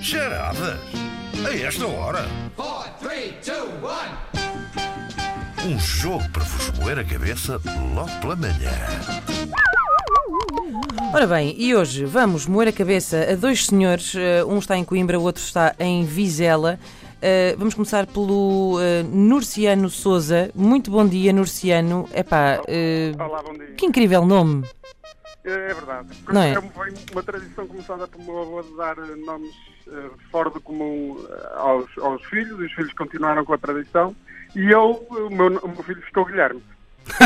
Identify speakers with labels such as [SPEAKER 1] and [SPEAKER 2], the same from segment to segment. [SPEAKER 1] Charadas? A esta hora?
[SPEAKER 2] Four, three, two, one.
[SPEAKER 1] Um jogo para vos moer a cabeça logo pela manhã.
[SPEAKER 3] Ora bem, e hoje vamos moer a cabeça a dois senhores, eh, um está em Coimbra, o outro está em Vizela. Eh, vamos começar pelo eh, Nurciano Souza. Muito bom dia, Nurciano. Epá, eh,
[SPEAKER 4] Olá, bom dia.
[SPEAKER 3] que incrível nome.
[SPEAKER 4] É, é verdade.
[SPEAKER 3] Não é?
[SPEAKER 4] uma- uma tradição começada por meu avô de dar eh, nomes eh, fora do comum eh, aos, aos filhos, os filhos continuaram com a tradição e eu, o meu, o meu filho ficou Guilherme.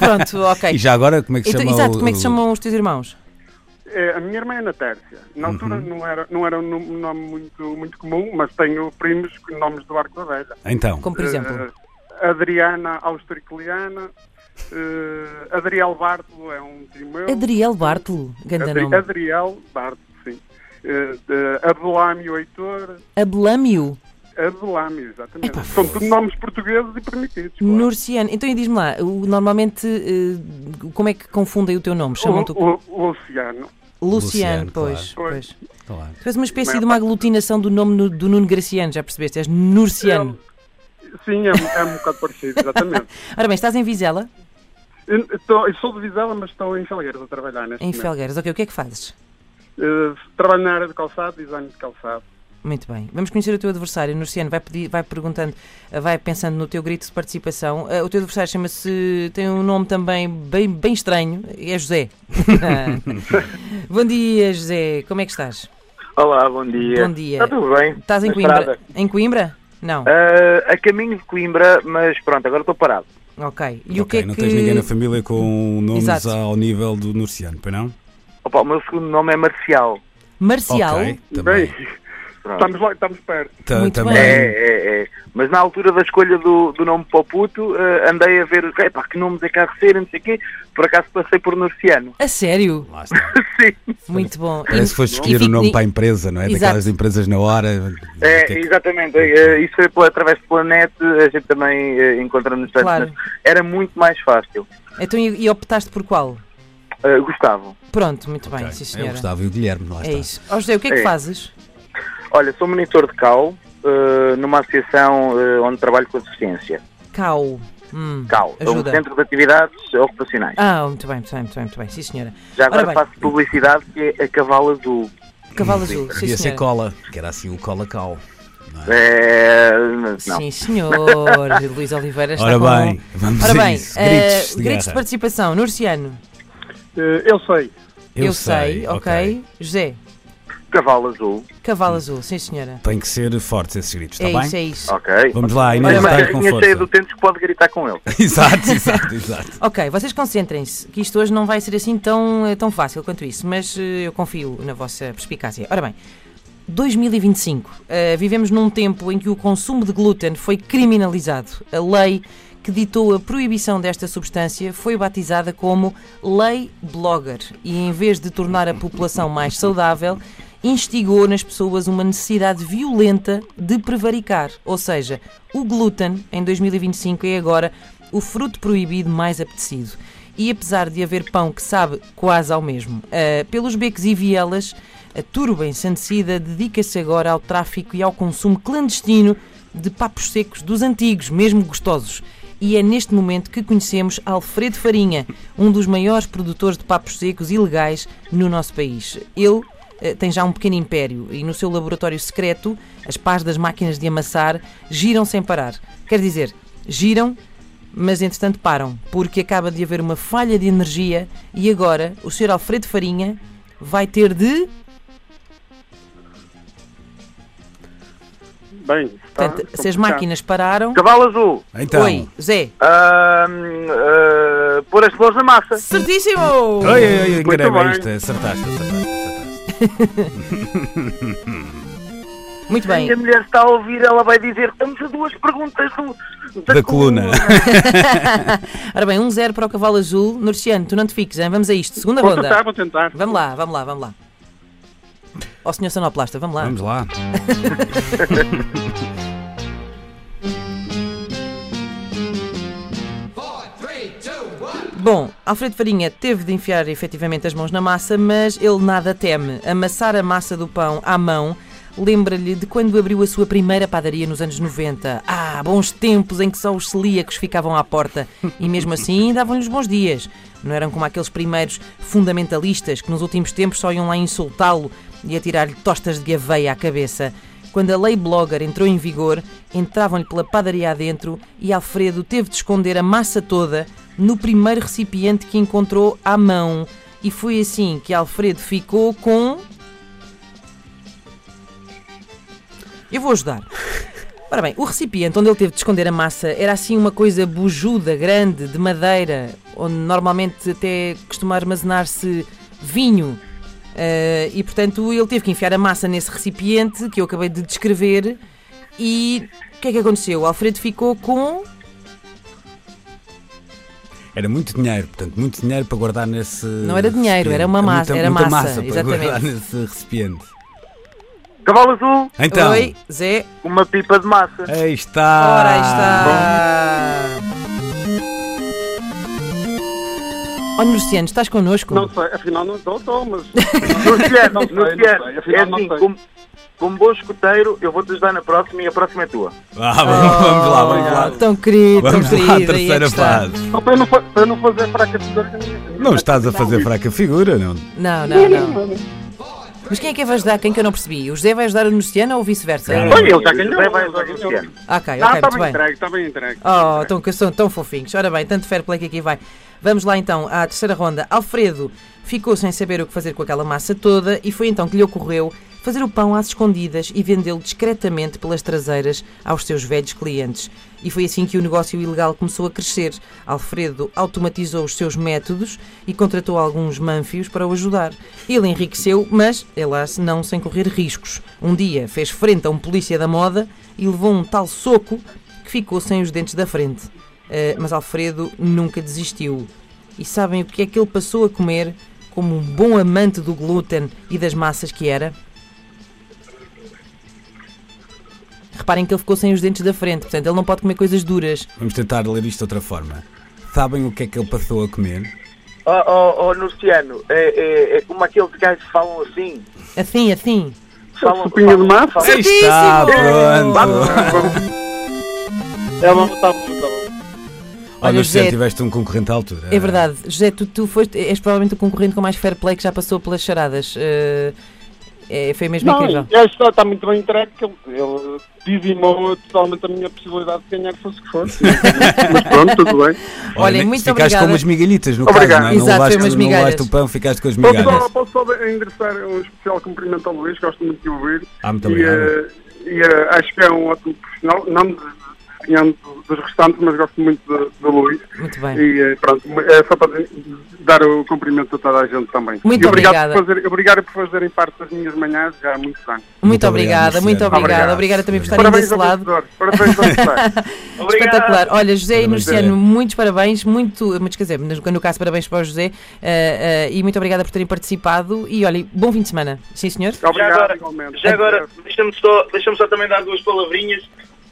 [SPEAKER 3] Pronto, ok.
[SPEAKER 5] E já agora, como é que se
[SPEAKER 3] Então,
[SPEAKER 5] chama
[SPEAKER 3] exato,
[SPEAKER 5] o-
[SPEAKER 3] como é que se
[SPEAKER 5] o-
[SPEAKER 3] chamam os teus irmãos?
[SPEAKER 4] Eh, a minha irmã é Ana Tércia.
[SPEAKER 3] Uhum.
[SPEAKER 4] Na altura não era, não era um nom- um nome muito, muito comum, mas tenho primos com nomes do Arco da Velha.
[SPEAKER 5] Então,
[SPEAKER 3] Como por exemplo.
[SPEAKER 4] Eh, Adriana Austricliana, eh, Adriel Bartolo é um tio meu.
[SPEAKER 3] Eh, Adriel Bartolo, ganda
[SPEAKER 4] Adri-
[SPEAKER 3] nome.
[SPEAKER 4] Assim, Adriel Bartolo, sim. Eh, eh, Abelámio Heitor,
[SPEAKER 3] Abelámio
[SPEAKER 4] Abelámio, exatamente. São tudo nomes portugueses e permitidos. claro.
[SPEAKER 3] Nurciano. Então, e diz-me lá, o- normalmente, eh, como é que confundem o teu nome? Chamam-te
[SPEAKER 4] O- o- o Luciano.
[SPEAKER 3] o- Luciano,
[SPEAKER 5] Luciano,
[SPEAKER 3] pois,
[SPEAKER 4] claro.
[SPEAKER 3] pois.
[SPEAKER 5] está lá.
[SPEAKER 3] Tu és uma espécie de uma aglutinação do nome nu- do Nuno Graciano, já percebeste? És Nurciano.
[SPEAKER 4] Sim, é, um- é um bocado parecido, exatamente.
[SPEAKER 3] Ora bem, estás em Vizela,
[SPEAKER 4] Eu, estou- eu sou de Vizela, mas estou em Felgueiras a trabalhar neste
[SPEAKER 3] em
[SPEAKER 4] momento.
[SPEAKER 3] Felgueiras. Ok, o que é que fazes?
[SPEAKER 4] Eh, trabalho na área de calçado, design de calçado.
[SPEAKER 3] Muito bem. Vamos conhecer o teu adversário, Nurciano. Vai, pedir, vai perguntando, eh, vai pensando no teu grito de participação. Eh, O teu adversário chama-se. tem um nome também bem, bem estranho. É José. Bom dia, José. Como é que estás?
[SPEAKER 6] Olá, bom dia.
[SPEAKER 3] Bom dia.
[SPEAKER 6] Está tudo bem?
[SPEAKER 3] Estás em
[SPEAKER 6] Na
[SPEAKER 3] Coimbra?
[SPEAKER 6] estrada?
[SPEAKER 3] Em Coimbra? Não.
[SPEAKER 6] Ah, a caminho de Coimbra, mas pronto, agora estou parado.
[SPEAKER 3] Ok. E o que
[SPEAKER 5] Ok,
[SPEAKER 3] é
[SPEAKER 5] não
[SPEAKER 3] que.
[SPEAKER 5] tens ninguém na família com nomes
[SPEAKER 3] Exato.
[SPEAKER 5] ao nível do Nurciano, pois não?
[SPEAKER 6] Opa, o meu segundo nome é Marcial.
[SPEAKER 3] Marcial?
[SPEAKER 5] Ok, também.
[SPEAKER 4] Bem,
[SPEAKER 6] Pronto.
[SPEAKER 4] estamos, lá, estamos perto.
[SPEAKER 5] Ta-
[SPEAKER 3] Muito
[SPEAKER 5] também.
[SPEAKER 3] bem.
[SPEAKER 6] É, é, é. Mas na altura da escolha do, do nome para o puto, ah, andei a ver epá, que nomes é que há de ser, não sei o quê. Por acaso passei por Norciano.
[SPEAKER 3] A sério?
[SPEAKER 5] Lá está.
[SPEAKER 3] Muito bom. E-
[SPEAKER 5] Parece que foste
[SPEAKER 3] e
[SPEAKER 5] escolher o
[SPEAKER 3] fico-
[SPEAKER 5] nome
[SPEAKER 3] e-
[SPEAKER 5] para a empresa, não é?
[SPEAKER 3] Exato.
[SPEAKER 5] Daquelas empresas na hora.
[SPEAKER 6] É,
[SPEAKER 5] Que é que-
[SPEAKER 6] exatamente. Ah, isso foi pela- através do Planete, a gente também ah, encontra nos sites,
[SPEAKER 3] Claro.
[SPEAKER 6] mas Era muito mais fácil.
[SPEAKER 3] Então, e, e optaste por qual?
[SPEAKER 6] Ah, Gustavo,
[SPEAKER 3] Pronto, muito bem,
[SPEAKER 5] Ok,
[SPEAKER 3] sim
[SPEAKER 5] É o
[SPEAKER 3] senhora.
[SPEAKER 5] Gustavo e o Guilherme, lá
[SPEAKER 3] É,
[SPEAKER 5] está.
[SPEAKER 3] isso. Ó José, o que é que
[SPEAKER 6] É.
[SPEAKER 3] fazes?
[SPEAKER 6] olha, sou monitor de CAU ah, numa associação ah, onde trabalho com assistência.
[SPEAKER 3] Cau. Hum,
[SPEAKER 6] CAU, é um
[SPEAKER 3] Ajuda.
[SPEAKER 6] centro de atividades ocupacionais.
[SPEAKER 3] Ah, muito bem, muito bem, muito bem, muito bem. Sim senhora.
[SPEAKER 6] Já
[SPEAKER 3] Ora
[SPEAKER 6] agora
[SPEAKER 3] bem.
[SPEAKER 6] faço publicidade que é a Cavalo Azul.
[SPEAKER 3] Cavalo azul, sim
[SPEAKER 5] Devia ser
[SPEAKER 3] senhora.
[SPEAKER 5] cola, que era assim o cola-cal.
[SPEAKER 6] É, mas não.
[SPEAKER 3] Ah. Sim senhor. Luís Oliveira está
[SPEAKER 5] Ora
[SPEAKER 3] com...
[SPEAKER 5] bem, vamos
[SPEAKER 3] Ora
[SPEAKER 5] a
[SPEAKER 3] bem,
[SPEAKER 5] isso.
[SPEAKER 3] eh,
[SPEAKER 5] Gritos de guerra.
[SPEAKER 3] participação. Nurciano,
[SPEAKER 4] Eh, eu sei.
[SPEAKER 3] eu, sei, ok. José,
[SPEAKER 6] Cavalo Azul.
[SPEAKER 3] cavalo azul, sim senhora.
[SPEAKER 5] Tem que ser fortes esses gritos,
[SPEAKER 3] é
[SPEAKER 5] está
[SPEAKER 3] isso,
[SPEAKER 5] Hum. Tá bem?
[SPEAKER 3] é isso.
[SPEAKER 6] Ok.
[SPEAKER 5] Vamos lá, Inês,
[SPEAKER 6] Olha,
[SPEAKER 5] vai
[SPEAKER 6] mas
[SPEAKER 5] com
[SPEAKER 6] a minha
[SPEAKER 5] força.
[SPEAKER 6] cheia do tempo que pode gritar com ele.
[SPEAKER 5] Exato, exato, exato.
[SPEAKER 3] Ok, vocês concentrem-se, que isto hoje não vai ser assim tão, eh, tão fácil quanto isso, mas eh, eu confio na vossa perspicácia. Ora bem, 2025. eh, vivemos num tempo em que o consumo de glúten foi criminalizado. A lei que ditou a proibição desta substância foi batizada como Lei Blogger e, em vez de tornar a população mais saudável, instigou nas pessoas uma necessidade violenta de prevaricar. Ou seja, o glúten em 2025 é agora o fruto proibido mais apetecido. E apesar de haver pão que sabe quase ao mesmo, eh, pelos becos e vielas, a turba ensandecida dedica-se agora ao tráfico e ao consumo clandestino de papos secos dos antigos, mesmo gostosos. E é neste momento que conhecemos Alfredo Farinha, um dos maiores produtores de papos secos ilegais no nosso país. Ele eh, tem já um pequeno império e no seu laboratório secreto as pás das máquinas de amassar giram sem parar. Quer dizer, giram mas entretanto param, porque acaba de haver uma falha de energia e agora o Sr. Alfredo Farinha vai ter de.
[SPEAKER 4] Bem, está
[SPEAKER 3] Portanto, se as
[SPEAKER 4] complicado.
[SPEAKER 3] máquinas pararam.
[SPEAKER 6] Cavalo Azul.
[SPEAKER 5] Tá, Então.
[SPEAKER 3] Oi, Zé!
[SPEAKER 6] Ahm, ah, pôr as flores na massa.
[SPEAKER 3] Certíssimo!
[SPEAKER 5] Oi, oi, oi,
[SPEAKER 4] Muito
[SPEAKER 5] caramba,
[SPEAKER 4] bem.
[SPEAKER 5] isto, acertaste, acertaste, acertaste.
[SPEAKER 3] Muito bem.
[SPEAKER 6] Se a mulher está a ouvir, ela vai dizer: estamos a duas perguntas do-
[SPEAKER 5] Da coluna.
[SPEAKER 3] Ora bem, 1-0 para o Cavalo Azul. Norciano, tu não te fiques, hein? vamos a isto. Segunda
[SPEAKER 4] Vou tentar,
[SPEAKER 3] ronda.
[SPEAKER 4] vou tentar.
[SPEAKER 3] Vamos lá, vamos lá, vamos lá. Ó senhor Sonoplasta, vamos lá.
[SPEAKER 5] Vamos lá.
[SPEAKER 2] Four, three, two, one.
[SPEAKER 3] Bom, Alfredo Farinha teve de enfiar efetivamente as mãos na massa, mas ele nada teme. Amassar a massa do pão à mão lembra-lhe de quando abriu a sua primeira padaria nos anos 90. Ah, bons tempos em que só os celíacos ficavam à porta e mesmo assim davam-lhes bons dias. Não eram como aqueles primeiros fundamentalistas que nos últimos tempos só iam lá insultá-lo e atirar-lhe tostas de aveia à cabeça. Quando a lei Blogger entrou em vigor, entravam-lhe pela padaria adentro e Alfredo teve de esconder a massa toda no primeiro recipiente que encontrou à mão. E foi assim que Alfredo ficou com. Eu vou ajudar. Ora bem, o recipiente onde ele teve de esconder a massa era assim uma coisa bujuda, grande, de madeira, onde normalmente até costuma armazenar-se vinho. Ah, e portanto ele teve que enfiar a massa nesse recipiente que eu acabei de descrever. E o que é que aconteceu? O Alfredo ficou com.
[SPEAKER 5] Era muito dinheiro, portanto, muito dinheiro para guardar nesse.
[SPEAKER 3] Não era dinheiro,
[SPEAKER 5] recipiente.
[SPEAKER 3] era uma massa-
[SPEAKER 5] Muita,
[SPEAKER 3] era
[SPEAKER 5] muita
[SPEAKER 3] massa,
[SPEAKER 5] massa para
[SPEAKER 3] exatamente.
[SPEAKER 5] guardar nesse recipiente.
[SPEAKER 6] Cavalo azul,
[SPEAKER 5] Então,
[SPEAKER 3] Oi, Zé.
[SPEAKER 6] uma pipa de massa.
[SPEAKER 4] É.
[SPEAKER 5] aí está.
[SPEAKER 3] Ora, aí
[SPEAKER 5] Ah,
[SPEAKER 3] está. Olha, Luciano, estás connosco?
[SPEAKER 4] Não sei, afinal não estou, estou, mas.
[SPEAKER 6] No Tiago,
[SPEAKER 4] Não sei,
[SPEAKER 6] no
[SPEAKER 4] não
[SPEAKER 6] Tiago.
[SPEAKER 4] sei,
[SPEAKER 6] É
[SPEAKER 4] afinal não
[SPEAKER 6] assim,
[SPEAKER 4] sei.
[SPEAKER 6] como, como bom escuteiro, eu vou-te ajudar na próxima e a próxima é tua.
[SPEAKER 5] Ah, vamos, vamos lá, vamos lá.
[SPEAKER 3] Tão querido,
[SPEAKER 5] Vamos
[SPEAKER 3] tão
[SPEAKER 5] lá, à
[SPEAKER 3] querido. aí é que
[SPEAKER 5] terceira
[SPEAKER 3] está.
[SPEAKER 5] fase.
[SPEAKER 4] Só para eu não, fa- para eu não fazer fraca figura. que a minha-
[SPEAKER 5] Não estás a fazer fraca figura, não?
[SPEAKER 3] Não, não, não. Mas quem é que vai ajudar? Quem que eu não percebi? O José vai ajudar o Luciano ou vice-versa?
[SPEAKER 5] Claro.
[SPEAKER 6] Olha,
[SPEAKER 4] ele já ganhou,
[SPEAKER 6] Vai, vai,
[SPEAKER 4] ele já
[SPEAKER 6] vai,
[SPEAKER 4] ganhou.
[SPEAKER 6] Luciano.
[SPEAKER 3] Ah, Ok, ok,
[SPEAKER 4] Ah, está
[SPEAKER 3] muito
[SPEAKER 4] bem
[SPEAKER 3] bem.
[SPEAKER 4] entregue, está bem entregue.
[SPEAKER 3] Oh, tão, que são tão fofinhos. Ora bem, tanto fair play que aqui vai. Vamos lá então à terceira ronda. Alfredo ficou sem saber o que fazer com aquela massa toda e foi então que lhe ocorreu fazer o pão às escondidas e vendê-lo discretamente pelas traseiras aos seus velhos clientes. E foi assim que o negócio ilegal começou a crescer. Alfredo automatizou os seus métodos e contratou alguns manfios para o ajudar. Ele enriqueceu, mas, se não sem correr riscos. Um dia fez frente a um polícia da moda e levou um tal soco que ficou sem os dentes da frente. Eh, mas Alfredo nunca desistiu. E sabem o que é que ele passou a comer como um bom amante do glúten e das massas que era? Reparem que ele ficou sem os dentes da frente, portanto ele não pode comer coisas duras.
[SPEAKER 5] Vamos tentar ler isto de outra forma. Sabem o que é que ele passou a comer?
[SPEAKER 6] Oh, oh, oh, Luciano, é, é, é como aqueles gajos que falam assim.
[SPEAKER 3] Assim, assim.
[SPEAKER 6] Falam,
[SPEAKER 4] Sopinha um de massa?
[SPEAKER 6] falam-
[SPEAKER 5] Aí está,
[SPEAKER 3] Certíssimo!
[SPEAKER 5] pronto.
[SPEAKER 4] É
[SPEAKER 6] Tá
[SPEAKER 4] bom, está bom, está bom.
[SPEAKER 5] Olha,
[SPEAKER 3] José,
[SPEAKER 5] José, tiveste um concorrente à altura.
[SPEAKER 4] Ah.
[SPEAKER 3] É verdade. José, tu, tu foste, és provavelmente o concorrente com mais fair play que já passou pelas charadas. Eh, é, foi mesmo incrível.
[SPEAKER 4] Não, este está muito bem entregue, que ele, ele dizimou totalmente a minha possibilidade de ganhar, que fosse o que fosse. Mas pronto, tudo bem.
[SPEAKER 3] Olha,
[SPEAKER 5] nem-
[SPEAKER 3] muito
[SPEAKER 5] Ficaste
[SPEAKER 3] obrigada.
[SPEAKER 5] com umas migalhitas, no
[SPEAKER 4] Obrigado.
[SPEAKER 5] caso, não, é?
[SPEAKER 3] Exato, foi
[SPEAKER 5] não,
[SPEAKER 3] umas
[SPEAKER 5] levaste, não levaste
[SPEAKER 3] migalhas.
[SPEAKER 5] o pão, ficaste com as
[SPEAKER 4] Posso só,
[SPEAKER 5] migalhas.
[SPEAKER 4] posso só endereçar um especial cumprimento ao Luís, gosto muito de ouvir.
[SPEAKER 5] Ah, muito
[SPEAKER 4] E,
[SPEAKER 5] obrigado.
[SPEAKER 4] eh, e, eh, acho que é um ótimo profissional, não de- não de- dos restantes, mas gosto muito do- do Luís.
[SPEAKER 3] Muito bem.
[SPEAKER 4] E eh, pronto, é só para dar o cumprimento a toda a gente também.
[SPEAKER 3] Muito
[SPEAKER 4] E obrigado
[SPEAKER 3] obrigada.
[SPEAKER 4] Por fazer, obrigado por fazerem parte das minhas manhãs já há muitos anos.
[SPEAKER 3] Muito
[SPEAKER 5] Muito
[SPEAKER 3] obrigada,
[SPEAKER 5] obrigado,
[SPEAKER 3] muito
[SPEAKER 5] Luciano.
[SPEAKER 3] obrigada.
[SPEAKER 5] Obrigado.
[SPEAKER 3] Obrigada também por estarem
[SPEAKER 4] Parabéns
[SPEAKER 3] desse
[SPEAKER 4] ao
[SPEAKER 3] lado.
[SPEAKER 4] vencedor. Parabéns ao vencedor.
[SPEAKER 3] Espetacular. Olha, José e
[SPEAKER 5] Parabéns,
[SPEAKER 3] Luciano,
[SPEAKER 5] José.
[SPEAKER 3] muitos parabéns, muito, muito, quer dizer, no no caso, parabéns para o José eh, eh, e muito obrigada por terem participado. E olha, bom fim de semana. Sim, senhor?
[SPEAKER 6] Já
[SPEAKER 4] Obrigado,
[SPEAKER 6] agora,
[SPEAKER 4] igualmente.
[SPEAKER 6] já agora deixa-me só, deixa só também dar duas palavrinhas.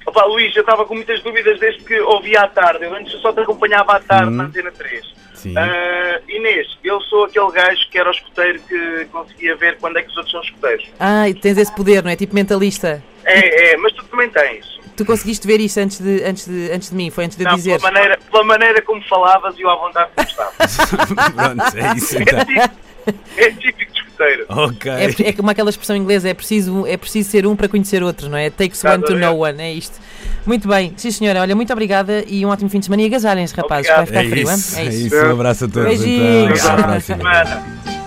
[SPEAKER 6] Opa, Luís, eu estava com muitas dúvidas desde que ouvi à tarde. Eu antes só te acompanhava à tarde na Antena 3.
[SPEAKER 5] Sim.
[SPEAKER 6] Ah, Inês, eu sou aquele gajo que era o escoteiro que conseguia ver quando é que os outros são escoteiros.
[SPEAKER 3] Ah, e tens esse poder, não é? Tipo mentalista.
[SPEAKER 6] É, é, mas tu também tens.
[SPEAKER 3] Tu conseguiste ver isso antes de, antes de, antes de mim, foi antes de eu
[SPEAKER 6] Não,
[SPEAKER 3] dizer.
[SPEAKER 6] pela, maneira, pela maneira como falavas e eu à vontade como estava.
[SPEAKER 5] Pronto, é isso então.
[SPEAKER 6] É típico, é típico de escoteiro.
[SPEAKER 5] Ok.
[SPEAKER 3] É, é como aquela expressão inglesa, é preciso, é preciso ser um para conhecer outro, não é? Takes one to know one, é isto. Muito bem, sim senhora, olha, muito obrigada e um ótimo fim de semana. E agasalhem-se, rapazes, que vai
[SPEAKER 5] É
[SPEAKER 3] ficar frio,
[SPEAKER 5] isso,
[SPEAKER 3] hein?
[SPEAKER 5] é isso. Um abraço a todos.
[SPEAKER 3] Beijinhos.
[SPEAKER 5] Então. Até à
[SPEAKER 6] Obrigado.
[SPEAKER 5] próxima.
[SPEAKER 6] Semana.